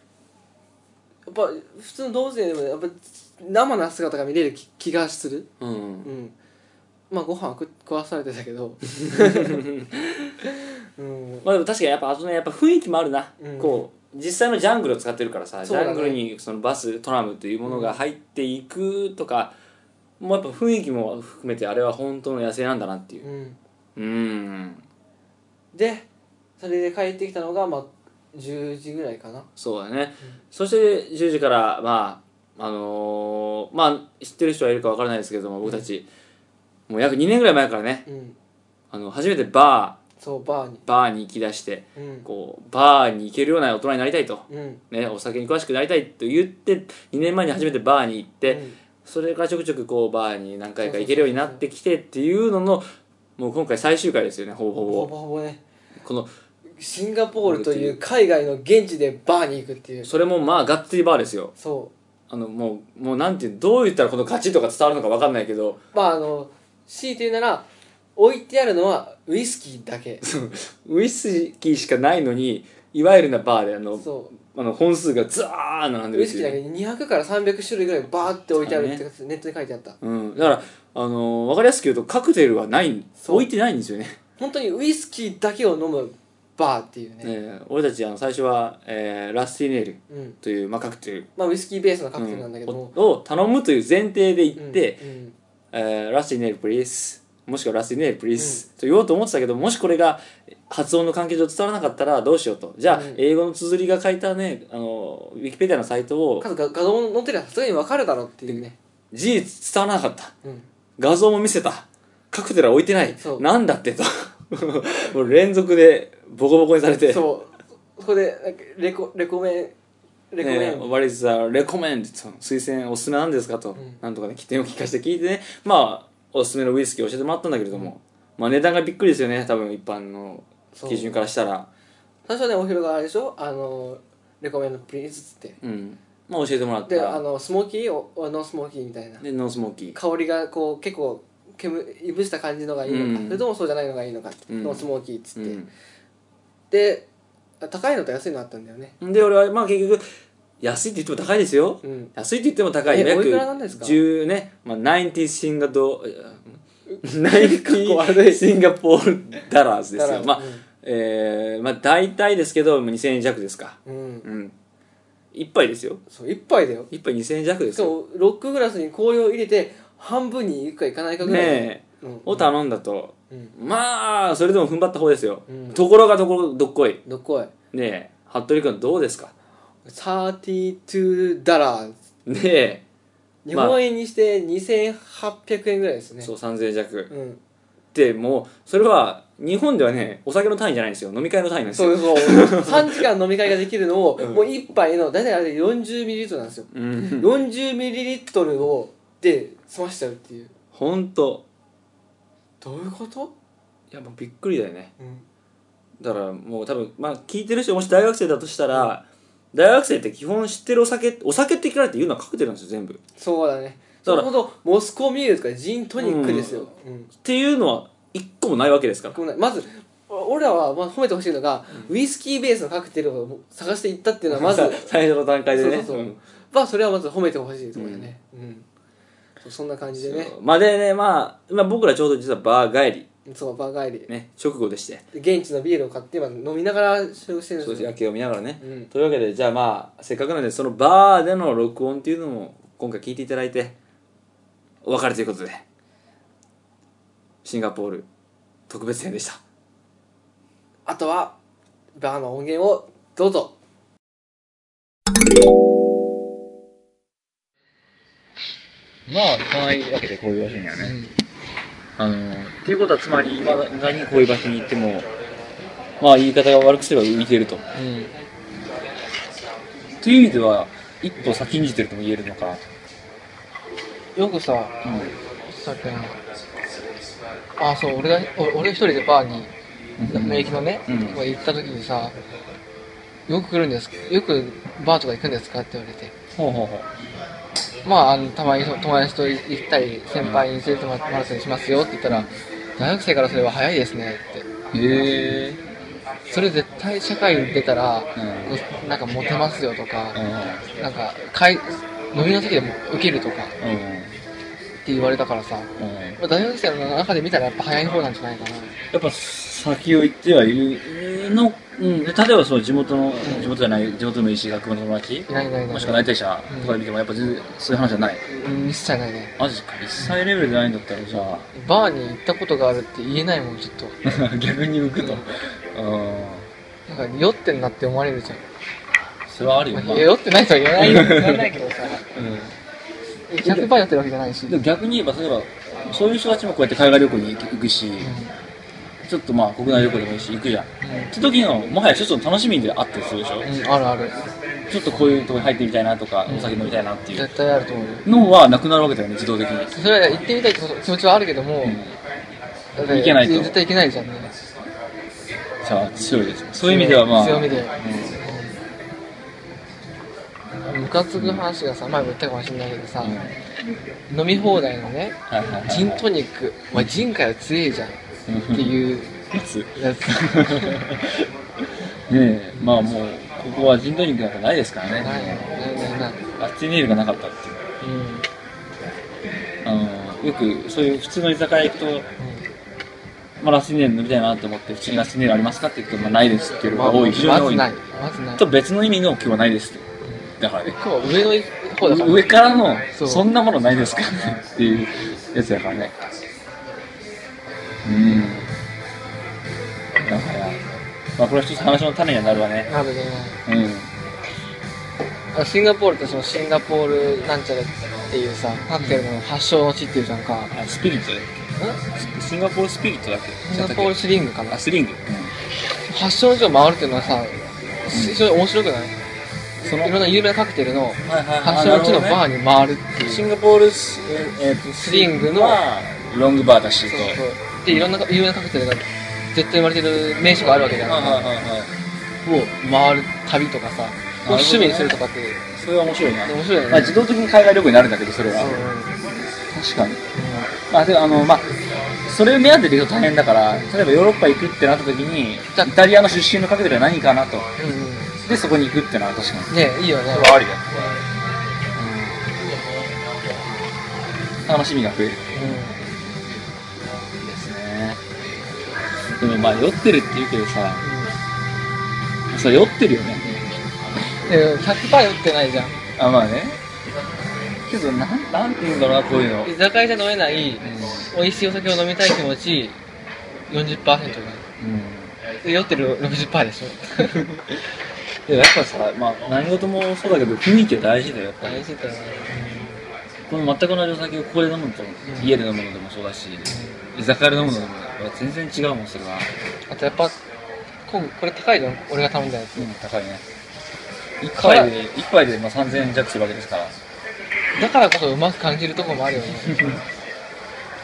[SPEAKER 1] やっぱ普通の動物園でもやっぱ生な姿が見れる気気がする
[SPEAKER 2] ああうん
[SPEAKER 1] うんまあご飯は食食わされてた けどうん
[SPEAKER 2] まあでも確かにやっぱあとねやっぱ雰囲気もあるな、
[SPEAKER 1] うん
[SPEAKER 2] こう実際のジャングルを使ってるからさ、ジ
[SPEAKER 1] そうだね
[SPEAKER 2] ャングルにそのバストラムというものが入っていくとか、もうやっぱ雰囲気も含めてあれは本当の野生なんだなっていう
[SPEAKER 1] うん
[SPEAKER 2] うん
[SPEAKER 1] でそれで帰ってきたのがまあ10時ぐらいかな
[SPEAKER 2] そうだね、そして10時からまああのーまあ知ってる人はいるかわからないですけども僕たち、もう約2年ぐらい前からね
[SPEAKER 1] うん
[SPEAKER 2] あの初めてバ
[SPEAKER 1] そうバーに
[SPEAKER 2] ーバーに行き出して
[SPEAKER 1] うん
[SPEAKER 2] こうバーに行けるような大人になりたいと、
[SPEAKER 1] うん
[SPEAKER 2] ね、お酒に詳しくなりたいと言って2年前に初めてバーに行って、
[SPEAKER 1] うん
[SPEAKER 2] それからちょくちょくこうバーに何回か行けるようになってきてっていうののもう今回最終回ですよねほぼほ
[SPEAKER 1] ほ
[SPEAKER 2] ぼ
[SPEAKER 1] ぼほぼね
[SPEAKER 2] この
[SPEAKER 1] シンガポールという海外の現地でバーに行くっていう
[SPEAKER 2] それもまあがっつりバーですよ
[SPEAKER 1] そう
[SPEAKER 2] あのもうもうなんていうどう言ったらこの勝ちとか伝わるのかわかんないけど
[SPEAKER 1] まああの強いて言うなら置いてあるのはウイスキーだけ
[SPEAKER 2] ウイスキーしかないのにいわゆるなバーであの
[SPEAKER 1] そ
[SPEAKER 2] あの本数がザー並ん
[SPEAKER 1] う
[SPEAKER 2] でる
[SPEAKER 1] ウイ
[SPEAKER 2] って
[SPEAKER 1] ス
[SPEAKER 2] い
[SPEAKER 1] キ
[SPEAKER 2] う
[SPEAKER 1] ーだけ200から300種類ぐらいバーって置いてあるってネットに書いてあった
[SPEAKER 2] うん、だから、あのー、分かりやすく言うとカクテルはない
[SPEAKER 1] そう
[SPEAKER 2] 置いてないんですよね
[SPEAKER 1] 本当にウイスキーだけを飲むバーっていうね
[SPEAKER 2] えー俺たちあの最初は、えーラスティネール
[SPEAKER 1] うん
[SPEAKER 2] という、まあ、カクテル
[SPEAKER 1] まあウイスキーベースのカクテルなんだけど
[SPEAKER 2] うん
[SPEAKER 1] も、
[SPEAKER 2] おを頼むという前提で行
[SPEAKER 1] うん
[SPEAKER 2] って、
[SPEAKER 1] うん
[SPEAKER 2] えーラスティネールプリースもしくはラスティネールプリース、と言おうと思ってたけどもしこれが発音の関係上伝わらなかったらどうしようとじゃあ、
[SPEAKER 1] うん
[SPEAKER 2] 英語の綴りが書いたねあのウィキペディアのサイトを
[SPEAKER 1] かつ画画像の載ってりゃさすがに分かるだろうっていうね、
[SPEAKER 2] 事実伝わらなかった
[SPEAKER 1] うん、
[SPEAKER 2] 画像も見せたカクテルは置いてない
[SPEAKER 1] そう
[SPEAKER 2] なんだってと もう連続でボコボコにされて
[SPEAKER 1] そうそこでなんかレコレコメンレコメン、
[SPEAKER 2] ね、What is the recommend? と推薦おすすめなんですかと、
[SPEAKER 1] ん
[SPEAKER 2] なんとかね起点を聞かせて聞いてねまあおすすめのウイスキーを教えてもらったんだけれども、まあ値段がびっくりですよね多分一般の
[SPEAKER 1] そう
[SPEAKER 2] 基準からしたら
[SPEAKER 1] 最初はねお昼があれでしょあのレコメンドプリーズっつって
[SPEAKER 2] うんまあ、教えてもらっ
[SPEAKER 1] であ
[SPEAKER 2] た
[SPEAKER 1] のスモーキーおノンスモーキーみたいな
[SPEAKER 2] でノンスモーキー
[SPEAKER 1] 香りがこう結構煙いぶした感じのがいいのか、
[SPEAKER 2] うん
[SPEAKER 1] それともそうじゃないのがいいのかって、
[SPEAKER 2] うん
[SPEAKER 1] ノンスモーキーっつって、
[SPEAKER 2] う
[SPEAKER 1] で高いのと安いのあったんだよね
[SPEAKER 2] ん、で俺はまあ結局安いって言っても高いですよ
[SPEAKER 1] うん
[SPEAKER 2] 安いって言っても高い
[SPEAKER 1] えおいくらなんですか
[SPEAKER 2] 10ね、まあ、90シンガド90
[SPEAKER 1] っこ悪い
[SPEAKER 2] シンガポールダラーズです
[SPEAKER 1] だ
[SPEAKER 2] よ
[SPEAKER 1] から
[SPEAKER 2] まあ、えー、まあ大体ですけどまあ2000円弱ですか
[SPEAKER 1] うん、うん、
[SPEAKER 2] うん一杯ですよ
[SPEAKER 1] そう一杯だよ
[SPEAKER 2] 一杯2000円弱で
[SPEAKER 1] し
[SPEAKER 2] す
[SPEAKER 1] か
[SPEAKER 2] よ
[SPEAKER 1] もロックグラスに氷を入れて半分にいくかいかないかぐらい、
[SPEAKER 2] ねえ
[SPEAKER 1] うん、
[SPEAKER 2] を頼んだと
[SPEAKER 1] うん
[SPEAKER 2] まあそれでも踏ん張った方ですよ、
[SPEAKER 1] うん
[SPEAKER 2] ところがところどっこい
[SPEAKER 1] どっこい
[SPEAKER 2] ねえ服部君どうですか
[SPEAKER 1] 32ダラー
[SPEAKER 2] ねえ
[SPEAKER 1] 日
[SPEAKER 2] まあ
[SPEAKER 1] 本円にして2800円ぐらいですね、
[SPEAKER 2] そう3000円弱、
[SPEAKER 1] うん、
[SPEAKER 2] でもうそれは日本ではねお酒の単位じゃないんですよ飲み会の単位なんですよ
[SPEAKER 1] そうそう 3時間飲み会ができるのを、
[SPEAKER 2] うん
[SPEAKER 1] もう1杯の大体あれ40ミリリットルなんですよ
[SPEAKER 2] うん
[SPEAKER 1] 40ミリリットルをで済ましちゃうっていう
[SPEAKER 2] 本当
[SPEAKER 1] どういうこと、
[SPEAKER 2] いやもうびっくりだよね
[SPEAKER 1] うん
[SPEAKER 2] だからもう多分まあ聞いてる人もし大学生だとしたら、大学生って基本知ってるお酒お酒って聞かれて言うのはカクテルなんですよ全部っ
[SPEAKER 1] そうだね
[SPEAKER 2] だ
[SPEAKER 1] そ
[SPEAKER 2] から
[SPEAKER 1] れほどモスコミールとかジントニックですよ、うん
[SPEAKER 2] ていうのは一個もないわけですから
[SPEAKER 1] ごめんなまずお俺らはまあ褒めてほしいのが、ウイスキーベースのカクテルを探していったっていう のはまず
[SPEAKER 2] 最初の段階でね
[SPEAKER 1] そうそうそう
[SPEAKER 2] うん
[SPEAKER 1] まあそれはまず褒めてほしいところだね、うんそうそんな感じでね
[SPEAKER 2] まあでねまあ今僕らちょうど実はバー帰
[SPEAKER 1] そうバカ帰り
[SPEAKER 2] りね直後でして
[SPEAKER 1] 現地のビールを買って今飲みながら収録して
[SPEAKER 2] そう
[SPEAKER 1] るんで
[SPEAKER 2] です夜
[SPEAKER 1] すよ
[SPEAKER 2] 景を見ながらね、
[SPEAKER 1] うん
[SPEAKER 2] というわけでじゃあまあせっかくなんでそのバーでの録音っていうのも今回聞いていただいてお別れということでシンガポール特別編でした
[SPEAKER 1] あとはバーの音源をどうぞ
[SPEAKER 2] まあ行かないわけでこういう場所にはね、あのっていうことはつまり今何こういう場所に行ってもまあ言い方が悪くすれば浮いてると
[SPEAKER 1] うん
[SPEAKER 2] という意味では一歩先んじてるとも言えるのかなと、
[SPEAKER 1] よくささっきのあそう俺がお俺一人でバーに免疫のね、
[SPEAKER 2] うん
[SPEAKER 1] とこ行った時にさ「よく来るんですよくバーとか行くんですか?」って言われて
[SPEAKER 2] ほうほうほう
[SPEAKER 1] まああのたまにそ友達と行ったり先輩に連れてもらったりしますよって言ったら「大学生からそれは早いですね」っ
[SPEAKER 2] へえ
[SPEAKER 1] てそれ絶対社会に出たら、
[SPEAKER 2] う
[SPEAKER 1] なんかモテますよとか、
[SPEAKER 2] う
[SPEAKER 1] なんか会飲みの席でも受けるとかって
[SPEAKER 2] ん
[SPEAKER 1] 言われたからさ
[SPEAKER 2] うんうん
[SPEAKER 1] まあ大学生の中で見たらやっぱ早い方なんじゃないかな
[SPEAKER 2] やっぱ先を行ってはいるの、うん、で例えばその地元の、地元じゃない、地元でもいいし、学部の友達、
[SPEAKER 1] いないいないいない
[SPEAKER 2] もしくは内定者とかで見ても、やっぱ全然そういう話じゃない。
[SPEAKER 1] うん一切ないね
[SPEAKER 2] マジか、一切レベルでないんだったら、じゃ
[SPEAKER 1] バーに行ったことがあるって言えないもんちょっと
[SPEAKER 2] あ、 逆に浮くと。うん、
[SPEAKER 1] なんか酔ってんなって思われるじゃん、
[SPEAKER 2] それはあるよ、
[SPEAKER 1] ま
[SPEAKER 2] ま
[SPEAKER 1] あ、
[SPEAKER 2] あ。
[SPEAKER 1] 酔ってないとは言わないよ言わないけどさ
[SPEAKER 2] う
[SPEAKER 1] 100%酔ってるわけじゃないし、
[SPEAKER 2] ん、でも逆に言えば、例えば、そういう人たちもこうやって海外旅行に行くし、ちょっとまあ国内旅行でもいいし、行くじゃん。って時の、もはや一つの楽しみであったりするでしょ。
[SPEAKER 1] うん、あるある
[SPEAKER 2] ちょっとこういうとこに入ってみたいなとか、お酒飲みたいなっていう
[SPEAKER 1] 絶対あると思うよ
[SPEAKER 2] のはなくなるわけだよね、自動的に。
[SPEAKER 1] それは行ってみたいってこと気持ちはあるけども、だって
[SPEAKER 2] 行けないと
[SPEAKER 1] 絶対行けないじゃんね
[SPEAKER 2] さあ強いですそういう意味ではまあ
[SPEAKER 1] 強みで、うん、ムカつく話がさ前も言ったかもしれないけどさ、
[SPEAKER 2] うん
[SPEAKER 1] 飲み放題のね
[SPEAKER 2] はいはいはい
[SPEAKER 1] ジントニックお前ジンから強えじゃんっていう
[SPEAKER 2] やつね
[SPEAKER 1] やつ
[SPEAKER 2] えまあもうここはジントニックなんかないですから
[SPEAKER 1] ないない
[SPEAKER 2] ね
[SPEAKER 1] ないない
[SPEAKER 2] ラッチネイルがなかったっていう
[SPEAKER 1] うん、うん
[SPEAKER 2] あのよくそういう普通の居酒屋行くと、まあ、ラッチネイル飲みたいなと思って普通にラッチネイルありますかって言うと、まあ、ないですっていうのが多い非常に
[SPEAKER 1] ま
[SPEAKER 2] 多
[SPEAKER 1] ず
[SPEAKER 2] い
[SPEAKER 1] ないまずない
[SPEAKER 2] と別の意味の今日はないですってだからね
[SPEAKER 1] 今日は上の方だから
[SPEAKER 2] 上からの
[SPEAKER 1] そう
[SPEAKER 2] そんなものないですからねっていうやつだからねうんだからまあこれは一つ話の種にはなるわね
[SPEAKER 1] なるね
[SPEAKER 2] うん
[SPEAKER 1] あシンガポールってそのシンガポールなんちゃらっていうさカクテルの発祥の地っていうじゃんかん
[SPEAKER 2] あスピリットだっけシンガポールスピリットだっけ
[SPEAKER 1] シンガポールスリングかな
[SPEAKER 2] あスリング、
[SPEAKER 1] 発祥の地を回るっていうのはさ非常に面白くない
[SPEAKER 2] その
[SPEAKER 1] いろんな有名なカクテルの
[SPEAKER 2] はいはい
[SPEAKER 1] 発祥の地の
[SPEAKER 2] なるほ
[SPEAKER 1] バーに回るって
[SPEAKER 2] どね
[SPEAKER 1] いう
[SPEAKER 2] シンガポールス,、えーと
[SPEAKER 1] スリングの
[SPEAKER 2] はロングバーだし
[SPEAKER 1] そ
[SPEAKER 2] と
[SPEAKER 1] うそうでいろんな有名なカクテルが絶対生まれてる名所があるわけじゃん
[SPEAKER 2] はいはいはいはい
[SPEAKER 1] もう回る旅とかさを趣味にするとかって
[SPEAKER 2] それは面白いな、
[SPEAKER 1] 面白いよ
[SPEAKER 2] まあ、
[SPEAKER 1] ね
[SPEAKER 2] 自動的に海外旅行になるんだけどそれは、
[SPEAKER 1] う
[SPEAKER 2] 確かにまあでもあのまあそれを目当てで言うと大変だから例えばヨーロッパ行くってなった時にイタリアの出身のカクテルは何かなと
[SPEAKER 1] んうん
[SPEAKER 2] でそこに行くってのは確かに
[SPEAKER 1] うんねいいよね
[SPEAKER 2] それはありだよ、うん、楽しみが増える
[SPEAKER 1] う
[SPEAKER 2] ですねでもまあ酔ってるって言うけどさそれ酔ってるよね
[SPEAKER 1] んでも100%酔ってないじゃん
[SPEAKER 2] あまあねけどなんなんて言うんだろうなこういうの、
[SPEAKER 1] 居酒屋じゃ飲めない美味しいお酒を飲みたい気持ち40%ぐらい
[SPEAKER 2] うん
[SPEAKER 1] で酔ってる60%でしょ
[SPEAKER 2] でもやっぱさ、まあ、何事もそうだけど雰囲気は大事だよやっぱり
[SPEAKER 1] 大事だよね
[SPEAKER 2] この全く同じお酒をここで飲むのと、家で飲むのでもそうだし居酒屋で飲むのでも全然違うもんそれは
[SPEAKER 1] あとやっぱ今これ高いの俺が頼んだやつ
[SPEAKER 2] うん高いね一杯で一杯でまあ3000円弱するわけですから
[SPEAKER 1] だからこそうまく感じるとこもあるよね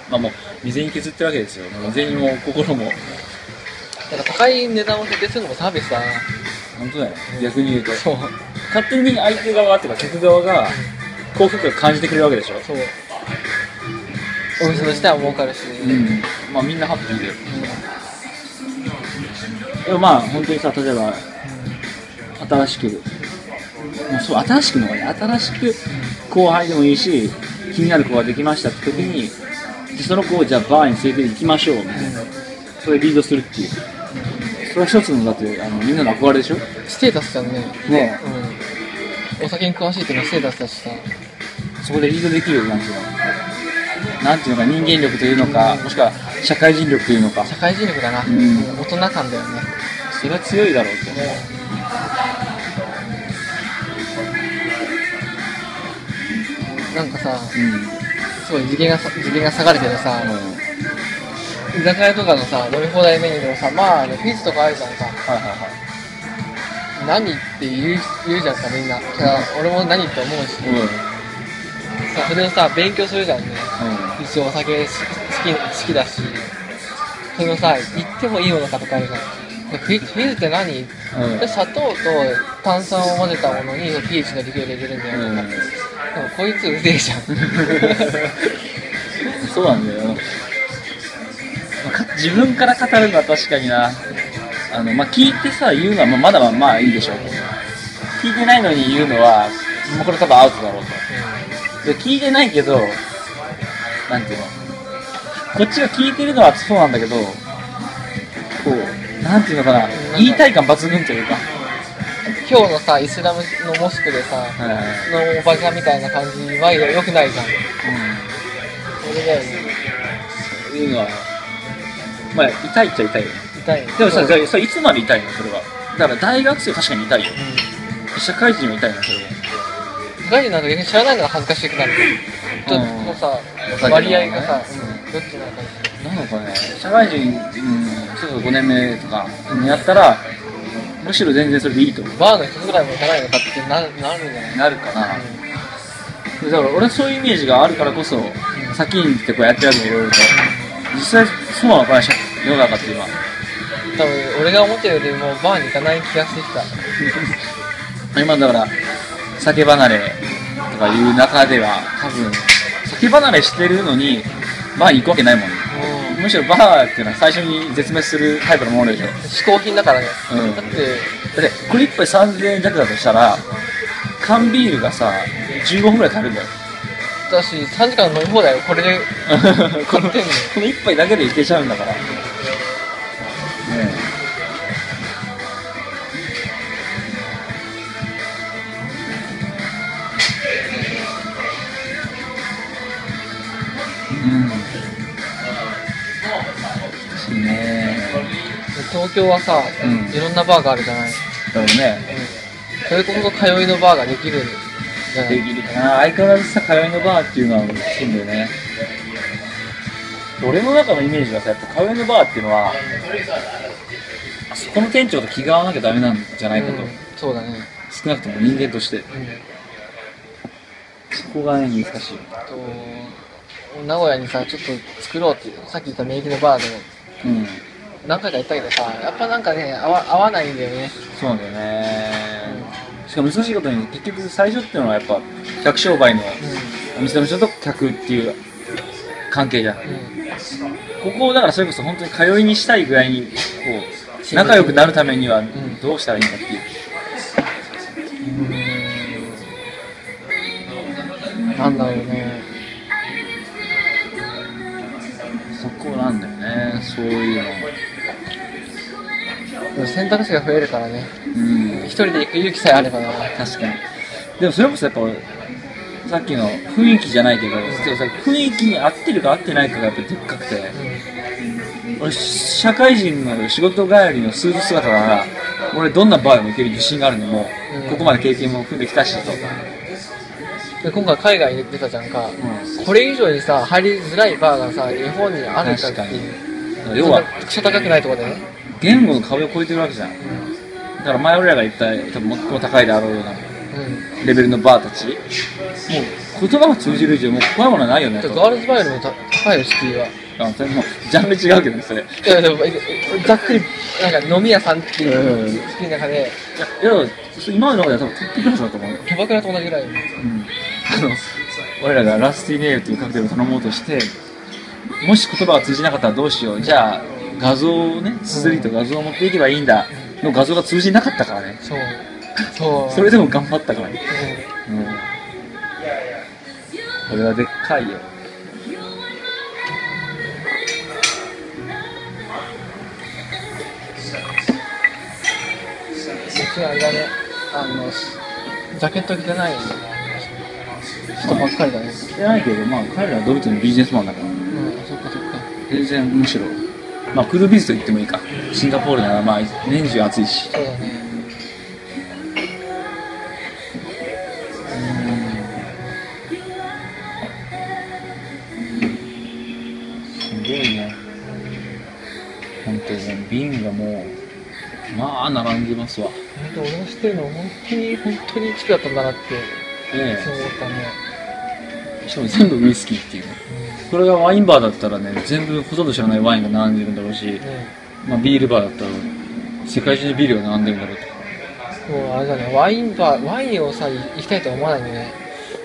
[SPEAKER 2] まあもう未然に削ってるわけですよもう未然にもう心も
[SPEAKER 1] だから高い値段を設定するのもサービスだな
[SPEAKER 2] 本当だよ逆に言うと
[SPEAKER 1] そう
[SPEAKER 2] 勝手に相手側っていうか客側が幸福感を感じてくれるわけでしょ
[SPEAKER 1] そうお店の自体は儲かるし、
[SPEAKER 2] うんまあみんなハッピーででもまあ本当にさ例えば新しくもうそう新しくのがね新しく後輩でもいいし気になる子ができましたって時にでその子をじゃあバーに連れて行きましょうみたいなそれリードするっていうそれは一つのだってあのみんなの憧れでしょ
[SPEAKER 1] ステータスだね
[SPEAKER 2] ね
[SPEAKER 1] うんお酒に詳しいっていうのはステータスだしさ
[SPEAKER 2] えそこでリードできるなんていうのなんていうのか人間力というのかもしくは社会人力というのか
[SPEAKER 1] 社会人力だな、
[SPEAKER 2] ん
[SPEAKER 1] 大人感だよね
[SPEAKER 2] それは強いだろうと思う
[SPEAKER 1] なんかさ
[SPEAKER 2] うん
[SPEAKER 1] すごい次元がさ次元が下がるけどさ、
[SPEAKER 2] あのはい
[SPEAKER 1] 居酒屋とかのさ飲み放題メニューでもさまああのピーチとかあるからさ
[SPEAKER 2] はいはい
[SPEAKER 1] 何って言う言うじゃんかみんなだから俺も何って思うし、
[SPEAKER 2] うん
[SPEAKER 1] さそれをさ勉強するじゃんね
[SPEAKER 2] う
[SPEAKER 1] 一応お酒し好き好きだしそれをさ言ってもいいものかとかあるじゃんでピピーチって何
[SPEAKER 2] んうん
[SPEAKER 1] で砂糖と炭酸を混ぜたものに pH の理由で入れるんだよとか、でもこいつうぜえ じゃん
[SPEAKER 2] そうなんだよ、か自分から語るのは確かになあの、まあ、聞いてさ言うのはまあまだまあまあいいでしょう聞いてないのに言うのはもうこれ多分アウトだろうとで聞いてないけどなんていうのこっちが聞いてるのはそうなんだけどこうなんていうのかな言いたい感抜群というか、
[SPEAKER 1] 今日のさイスラムのモスクでさ
[SPEAKER 2] はいはいはい
[SPEAKER 1] のおばちゃんみたいな感じはよくないじゃんそれだよね
[SPEAKER 2] うん、いうのはまあ痛いっちゃ痛いよね
[SPEAKER 1] 痛い
[SPEAKER 2] でもさ、
[SPEAKER 1] うん
[SPEAKER 2] じゃあそれいつまで痛いのそれは。だから大学生は確かに痛いよ。社会人も痛いのそれは。
[SPEAKER 1] ガイなんか逆に知らないのが恥ずかしくなるちょっともうさ
[SPEAKER 2] うん
[SPEAKER 1] 割合がさ、
[SPEAKER 2] お酒のね
[SPEAKER 1] うんどっちなのか
[SPEAKER 2] なのかね、社会人、うん、そうそう5年目とかにやったら、むしろ全然それでいいと思。
[SPEAKER 1] バーの一つぐらいも行かないのかってなるなるんじゃないう
[SPEAKER 2] なるかな。だから俺はそういうイメージがあるからこそ、先に行ってこうやってるわけでいろいろと。実際、そうなのかな、社世の中って今。
[SPEAKER 1] 多分俺が思ってるよりもバーに行かない気がしてきた
[SPEAKER 2] 今だから、酒離れとかいう中では、多分、酒離れしてるのに、バーに行くわけないもんね。
[SPEAKER 1] うん
[SPEAKER 2] むしろバーっていうのは最初に絶滅するタイプのものでしょ
[SPEAKER 1] 嗜好品だからね、
[SPEAKER 2] うん
[SPEAKER 1] だっ
[SPEAKER 2] だっ
[SPEAKER 1] て
[SPEAKER 2] てこれ1杯3000円弱だとしたら缶ビールがさ15分ぐらい足るんだよ
[SPEAKER 1] 私3時間飲み放題よこれで
[SPEAKER 2] このこの1杯だけでいけちゃうんだからねえうんですね
[SPEAKER 1] 東京はさ、
[SPEAKER 2] うん
[SPEAKER 1] いろんなバーがあるじゃない、
[SPEAKER 2] だろうね
[SPEAKER 1] それこそ通いのバーができるじゃな
[SPEAKER 2] で
[SPEAKER 1] い
[SPEAKER 2] きるかな相変わらずさ通いのバーっていうのは美しいんだよね俺の中のイメージはさやっぱ通いのバーっていうのはあそこの店長と気が合わなきゃダメなんじゃないかと、
[SPEAKER 1] うんそうだね、
[SPEAKER 2] 少なくとも人間として
[SPEAKER 1] うん
[SPEAKER 2] そこがね難しい
[SPEAKER 1] あと名古屋にさちょっと作ろうってさっき言った免疫のバーでも
[SPEAKER 2] うん
[SPEAKER 1] 何回か行ったけどさやっぱなんかね合わ合わないんだよね
[SPEAKER 2] そうなんだよね、しかも難しいことに結局最初っていうのはやっぱ客商売のお店の人と客っていう関係じゃないここをだからそれこそ本当に通いにしたいぐらいにこう仲良くなるためには
[SPEAKER 1] ん
[SPEAKER 2] どうしたらいいんだっていう、
[SPEAKER 1] なんだろうね
[SPEAKER 2] そこなんだよねそういうの
[SPEAKER 1] でも選択肢が増えるからね
[SPEAKER 2] うん
[SPEAKER 1] 一人で行く勇気さえあればな
[SPEAKER 2] 確かにでもそれこそやっぱさっきの雰囲気じゃないけどでもさ雰囲気に合ってるか合ってないかがやっぱでっかくて俺社会人の仕事帰りのスーツ姿なら俺どんなバーでも行ける自信があるのも、
[SPEAKER 1] うん
[SPEAKER 2] ここまで経験も踏んできたしと、
[SPEAKER 1] で今回海外に出たじゃんかこれ以上にさ入りづらいバーがさ日本にあるかっていう
[SPEAKER 2] うん、要は
[SPEAKER 1] クソ高くないとこでね
[SPEAKER 2] 言語の壁を越えてるわけじゃんだから前俺らが言った多分最も高いであろうような
[SPEAKER 1] う
[SPEAKER 2] レベルのバーたちもう言葉が通じる以上もう怖いものはないよね
[SPEAKER 1] んで
[SPEAKER 2] と
[SPEAKER 1] ガールズバーよりもた高いよ敷居は
[SPEAKER 2] あそれもうジャンル違うけどねそれ
[SPEAKER 1] いやでもざっくりなんか飲み屋さんっていう
[SPEAKER 2] うん
[SPEAKER 1] 敷居の中で
[SPEAKER 2] いや、いや今までの中では多分トップクラスだと思うよ。
[SPEAKER 1] 賭博屋と同じぐらい
[SPEAKER 2] うん。あの、我らがラスティネールというカクテルを頼もうとして、もし言葉が通じなかったらどうしよう。じゃあ、画像をね、綴りと画像を持っていけばいいんだ。の画像が通じなかったからね。
[SPEAKER 1] そうそう
[SPEAKER 2] それでも頑張ったからね。
[SPEAKER 1] うん
[SPEAKER 2] うん。これはでっかいよ。
[SPEAKER 1] 実はあれだねあのしジャケット着てない人ばっかりだね
[SPEAKER 2] じゃないけど、まあ、彼らはドビトのビジネスマンだから。
[SPEAKER 1] うんそっかそっか
[SPEAKER 2] 全然むしろ。まあ、クールビズと言ってもいいか。シンガポールなら、まあ、年中暑いし。
[SPEAKER 1] そうだね
[SPEAKER 2] すごいね。本当にね、瓶がもう、まあ、並んでますわ。
[SPEAKER 1] 本当俺の知ってるの本当に本当に地区だったんだなって
[SPEAKER 2] え
[SPEAKER 1] そう思ったね
[SPEAKER 2] え。しかも全部ウイスキーっていうね。これがワインバーだったらね、全部ほとんど知らないワインが並んでるんだろうし
[SPEAKER 1] う、んね
[SPEAKER 2] まあ、ビールバーだったら、世界中のビールが並んでるんだろう
[SPEAKER 1] もうあれだねワインバーワインをさ行きたいとは思わないんだね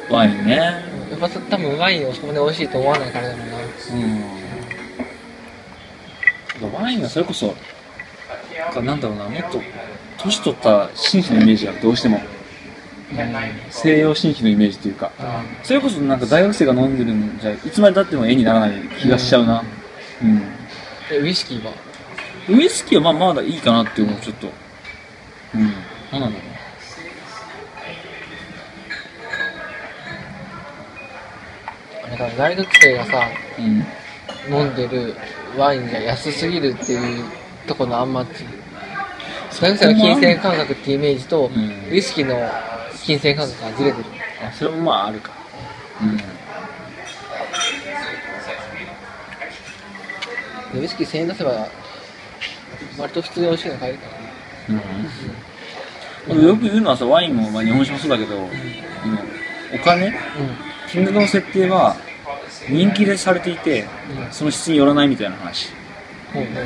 [SPEAKER 2] と。ワインね。
[SPEAKER 1] やっぱ多分ワインをそこで美味しいと思わないからだもんな
[SPEAKER 2] うん。ワインがそれこそ、なんかなんだろうな、もっと、年取った紳士のイメージがどうしても、西洋紳士のイメージというか、
[SPEAKER 1] あ
[SPEAKER 2] それこそなんか大学生が飲んでるんじゃいつまでたっても絵にならない気がしちゃうな、うん
[SPEAKER 1] でウイスキーは
[SPEAKER 2] ウイスキーはまあまだいいかなって思うちょっとうん何なんだろ
[SPEAKER 1] あれだ大学生がさ
[SPEAKER 2] ううん
[SPEAKER 1] 飲んでるワインが安すぎるっていうところのアンマッチ大学生の金銭感覚ってイメージと、
[SPEAKER 2] うん
[SPEAKER 1] ウイスキーの金銭感覚がずれてる
[SPEAKER 2] あそれもまああるかうん
[SPEAKER 1] でウイスキー1000円出せば割と普通に美味しいの買えるからね
[SPEAKER 2] うん、よく言うのはさワインも、まあ、日本酒もそうだけど、あのお金金額の設定は人気でされていて
[SPEAKER 1] うんうん
[SPEAKER 2] その質によらないみたいな話
[SPEAKER 1] ほうほう
[SPEAKER 2] だ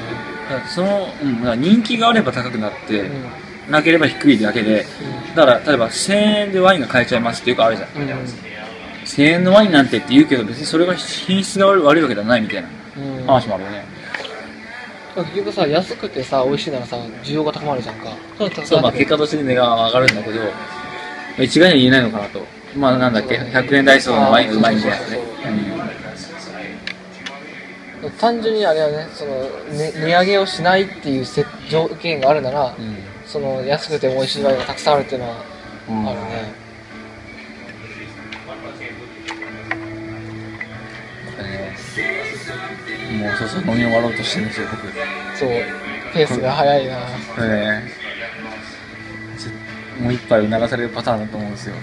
[SPEAKER 2] からその、うん、だから人気があれば高くなって、
[SPEAKER 1] ほううん
[SPEAKER 2] なければ低いだけでだから例えば1000円でワインが買えちゃいますってよくあるじゃん
[SPEAKER 1] うんうん
[SPEAKER 2] 1000円のワインなんてって言うけど別にそれが品質が悪い悪いわけではないみたいな
[SPEAKER 1] うん
[SPEAKER 2] 話もあるよね、
[SPEAKER 1] 結局さ安くてさ美味しいならさ需要が高まるじゃんかそう高まる
[SPEAKER 2] そうまあ結果として値が上がるんだけど一概には言えないのかなとまあなんだっけ100円ダイソーのワインうまいみたいなね
[SPEAKER 1] 単純にあれはねそのね値上げをしないっていうせ条件があるなら、
[SPEAKER 2] うん、
[SPEAKER 1] その安くて美味しいワインがたくさんあるっていうのは
[SPEAKER 2] うん
[SPEAKER 1] あるね、
[SPEAKER 2] もうそうそう飲み終わろうとしてるんですよ僕
[SPEAKER 1] そうペースが早いな
[SPEAKER 2] これねちょもう一杯促されるパターンだと思うんですよ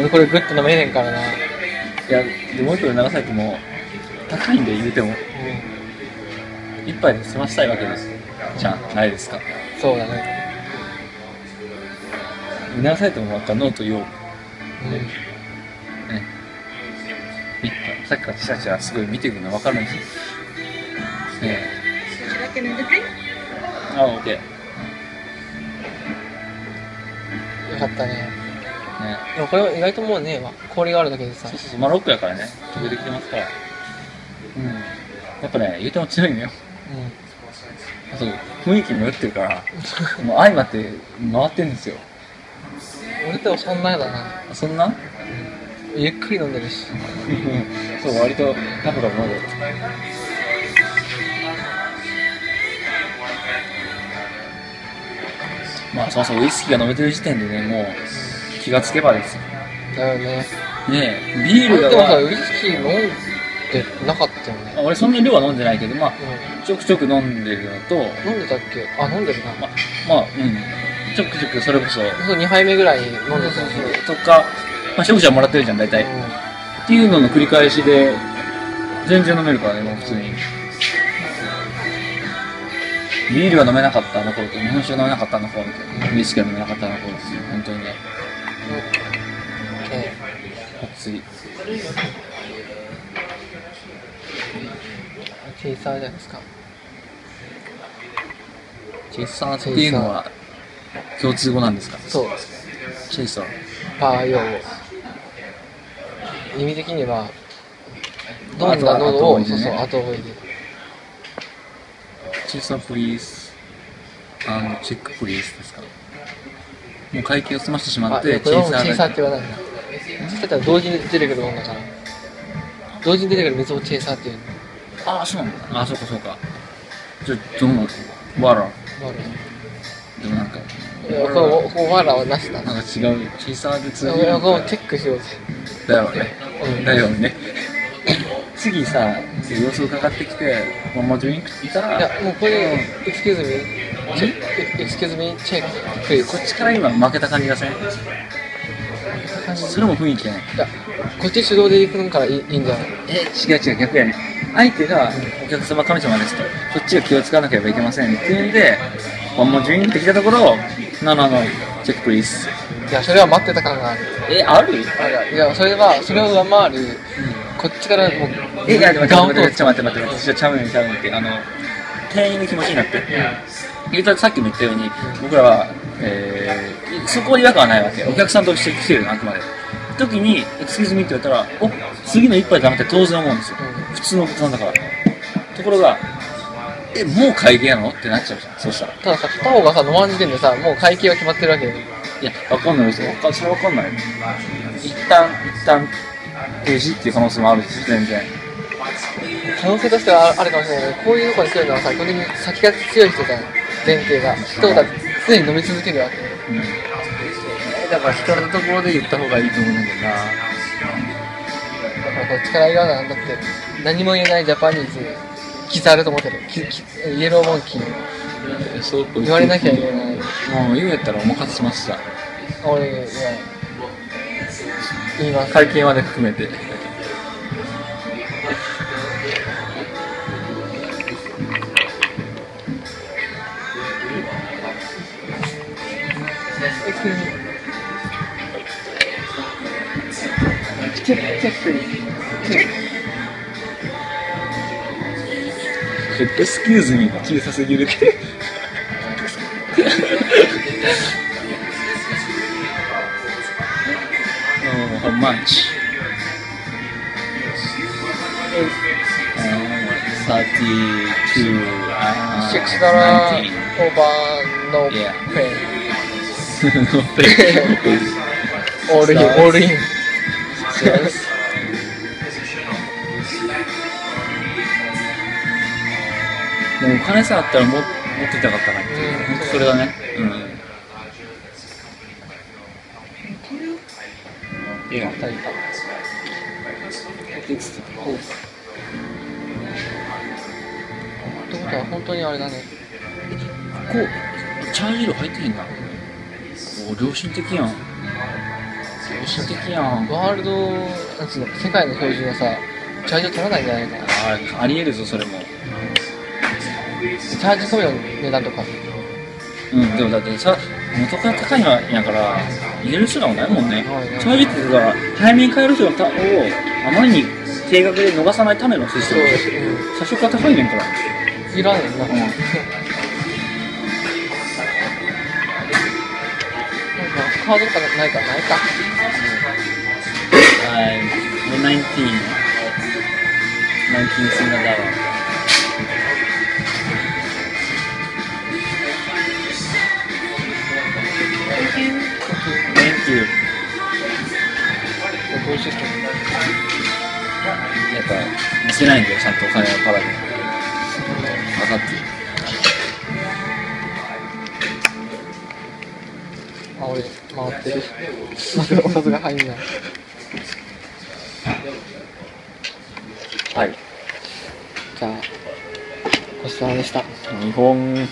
[SPEAKER 1] 俺これグッと飲めねえからな、う
[SPEAKER 2] いやでもう一杯促されても高いんで言うても
[SPEAKER 1] ん、
[SPEAKER 2] 一杯で済ましたいわけですじゃないですか
[SPEAKER 1] そうだね、
[SPEAKER 2] 促されてもなんかノート用
[SPEAKER 1] う
[SPEAKER 2] ね、一杯さっきからチラチラすごい見ていくの分かるんですよ。ねえ。あ、オッケー。
[SPEAKER 1] ん、よかったね
[SPEAKER 2] ね
[SPEAKER 1] でもこれは意外ともうねえわ氷があるだけでさ
[SPEAKER 2] そうそうそう、まあ、ロックやからね、曲できてますから。うん。やっぱね、言うても強いのよ。
[SPEAKER 1] う
[SPEAKER 2] そう、雰囲気も打ってるから、もう相まって回ってんですよ。
[SPEAKER 1] ん俺ってそんなやだな
[SPEAKER 2] そんな
[SPEAKER 1] ゆっくり飲んでるし
[SPEAKER 2] そう、割と、なんとかまだ。まあ、そもそもウイスキーが飲めてる時点でね、もう、気がつけばですよ。
[SPEAKER 1] だよね
[SPEAKER 2] ねえ、ビ
[SPEAKER 1] で
[SPEAKER 2] ー
[SPEAKER 1] も
[SPEAKER 2] ルが、
[SPEAKER 1] さ
[SPEAKER 2] ま
[SPEAKER 1] ウイスキー飲んでなかったよ
[SPEAKER 2] あ
[SPEAKER 1] ね、
[SPEAKER 2] 俺そんなに量は飲んでないけど、まあ、
[SPEAKER 1] う
[SPEAKER 2] ちょくちょく飲んでるのと、
[SPEAKER 1] ん、飲んでたっけあ飲んでるな
[SPEAKER 2] ままあ、うん。ちょくちょくそれこそ、
[SPEAKER 1] そう2杯目ぐらい飲んでたよね
[SPEAKER 2] とか、まあ、食事はもらってるじゃん、大体。っていうのの繰り返しで、全然飲めるからね、もう普通に。ビールが飲めなかったあの頃と、日本酒が飲めなかったあの頃と、ウイスキーが飲めなかったあの頃ですよ、本当にね。
[SPEAKER 1] うんね
[SPEAKER 2] 次。
[SPEAKER 1] チェイサーじゃないですか
[SPEAKER 2] チェイサーっていうのは、共通語なんですか
[SPEAKER 1] そう
[SPEAKER 2] チェイサー。
[SPEAKER 1] パー用語意味的にはどん
[SPEAKER 2] 後は
[SPEAKER 1] な喉
[SPEAKER 2] 後
[SPEAKER 1] を
[SPEAKER 2] 追いで
[SPEAKER 1] そう
[SPEAKER 2] ね
[SPEAKER 1] そう後追いで
[SPEAKER 2] チェイサープリーズ。あの、チェックプリーズですかもう会計を済ましてしま
[SPEAKER 1] あ
[SPEAKER 2] っ
[SPEAKER 1] で
[SPEAKER 2] て、
[SPEAKER 1] もこ
[SPEAKER 2] チェ
[SPEAKER 1] れは
[SPEAKER 2] イ
[SPEAKER 1] も
[SPEAKER 2] サ
[SPEAKER 1] うチェイ
[SPEAKER 2] ー
[SPEAKER 1] サ
[SPEAKER 2] だ
[SPEAKER 1] ーって言わないなチェイサーって同時に出てくるもんだから同時に出てくる水をチェイサーっていうの
[SPEAKER 2] ああ、そうなんだ。ああ、そうかそうか。じゃあ、どうなのわら。
[SPEAKER 1] もある
[SPEAKER 2] でもなんか、
[SPEAKER 1] いやこれここわらはなしだ
[SPEAKER 2] な
[SPEAKER 1] な
[SPEAKER 2] か
[SPEAKER 1] ん
[SPEAKER 2] 違う、小さなで通じ
[SPEAKER 1] い
[SPEAKER 2] る
[SPEAKER 1] や
[SPEAKER 2] の
[SPEAKER 1] こ
[SPEAKER 2] か
[SPEAKER 1] れもチェックしようぜ
[SPEAKER 2] だよね。
[SPEAKER 1] うん
[SPEAKER 2] だよね。次さ、様子伺ってきて、まんま順にいたら、
[SPEAKER 1] いやもうこれ
[SPEAKER 2] う
[SPEAKER 1] excuse me excuse me チェックプリー
[SPEAKER 2] んこ
[SPEAKER 1] ズ
[SPEAKER 2] っちから今負けた感じがせん。それも雰囲気やね。
[SPEAKER 1] いやこっち主導で行くのからいいいいんじゃない
[SPEAKER 2] え、違う違う、逆やね。相手が、お客様神様ですと、こっちが気を使わなければいけませんっていうんで、まんま順にってきたところ、なのの、チェックプリーズ。
[SPEAKER 1] いやそれは待ってた感がある
[SPEAKER 2] え、ある
[SPEAKER 1] あらいやそれはそれを上回る、こっちからもう
[SPEAKER 2] え、いや、でも、ち
[SPEAKER 1] ガ
[SPEAKER 2] ょ
[SPEAKER 1] オ
[SPEAKER 2] っ
[SPEAKER 1] と
[SPEAKER 2] と待って、ちょっと待って、私はちゃうねん、ちゃうねんって、あの、店員の気持ちになって。言うたらさっきも言ったように、僕らは、えー、そこに違和感はないわけ。お客さんとして来てるの、あくまで。時に、excuse me って言ったら、お次の一杯ダメって当然思うんですよ。
[SPEAKER 1] う
[SPEAKER 2] 普通のお客さんだから。ところが、え、もう会計やのってなっちゃうじゃん、そうしたら。
[SPEAKER 1] たださ片方がさ飲まん時点でさもう会計は決まってるわけで
[SPEAKER 2] いや、わかんないですよ。わかそれわかんない。一旦、一旦、停止っていう可能性もあるし、全然。
[SPEAKER 1] 可能性としてはあるかもしれないけどこういうとこに来るのはさ逆に先が強い人じゃん前提が人が常に飲み続けるわけ
[SPEAKER 2] だから光るところで言った方がいいと思うんだけどな
[SPEAKER 1] だからこっちから言わないだって何も言えないジャパニーズキザあると思ってるキキイエローモンキー
[SPEAKER 2] そう
[SPEAKER 1] 言われなきゃいけない
[SPEAKER 2] もう今やったらお任せしました
[SPEAKER 1] 俺が言います
[SPEAKER 2] 会見まで含めて
[SPEAKER 1] チェックチェック
[SPEAKER 2] エスキューズミーが小さすぎるって Oh, how much? Uh, 32 uh,
[SPEAKER 1] 6ドラー
[SPEAKER 2] 19.
[SPEAKER 1] オーバーのペ
[SPEAKER 2] Yeah.
[SPEAKER 1] ン
[SPEAKER 2] Six
[SPEAKER 1] オールインオールイン
[SPEAKER 2] でもお金さえあったらも持ってたかったなっていう、
[SPEAKER 1] うん
[SPEAKER 2] 本当それだねうんいいや
[SPEAKER 1] 二人かってことは本当にあれだね
[SPEAKER 2] こうチャージ料入ってへんなお良心的やん良心的やん
[SPEAKER 1] ワールドなんつうの世界の標準はさチャージを取らないんじゃないかな
[SPEAKER 2] あありえるぞそれも
[SPEAKER 1] チャージ込みの値段とか
[SPEAKER 2] うん、でもだってさ、元から高いのやから、入れる手段もないもんね
[SPEAKER 1] ないね。
[SPEAKER 2] 正直言ってだから、早めに買える人をあまりに定額で逃さないためのシステムだし、最
[SPEAKER 1] う
[SPEAKER 2] 初から高いねんから。
[SPEAKER 1] んいらんよな、
[SPEAKER 2] ん
[SPEAKER 1] なんかハードルかないかないか
[SPEAKER 2] I'm the 19. 19 Sinagawa. Thank you.
[SPEAKER 1] 美味しいですね
[SPEAKER 2] やっぱ見せないんだよ、ちゃんとお金はパラで。分かってる。
[SPEAKER 1] あ俺回ってるまだお札が入んない
[SPEAKER 2] はい。
[SPEAKER 1] じゃあごちそうさまでした
[SPEAKER 2] 日本、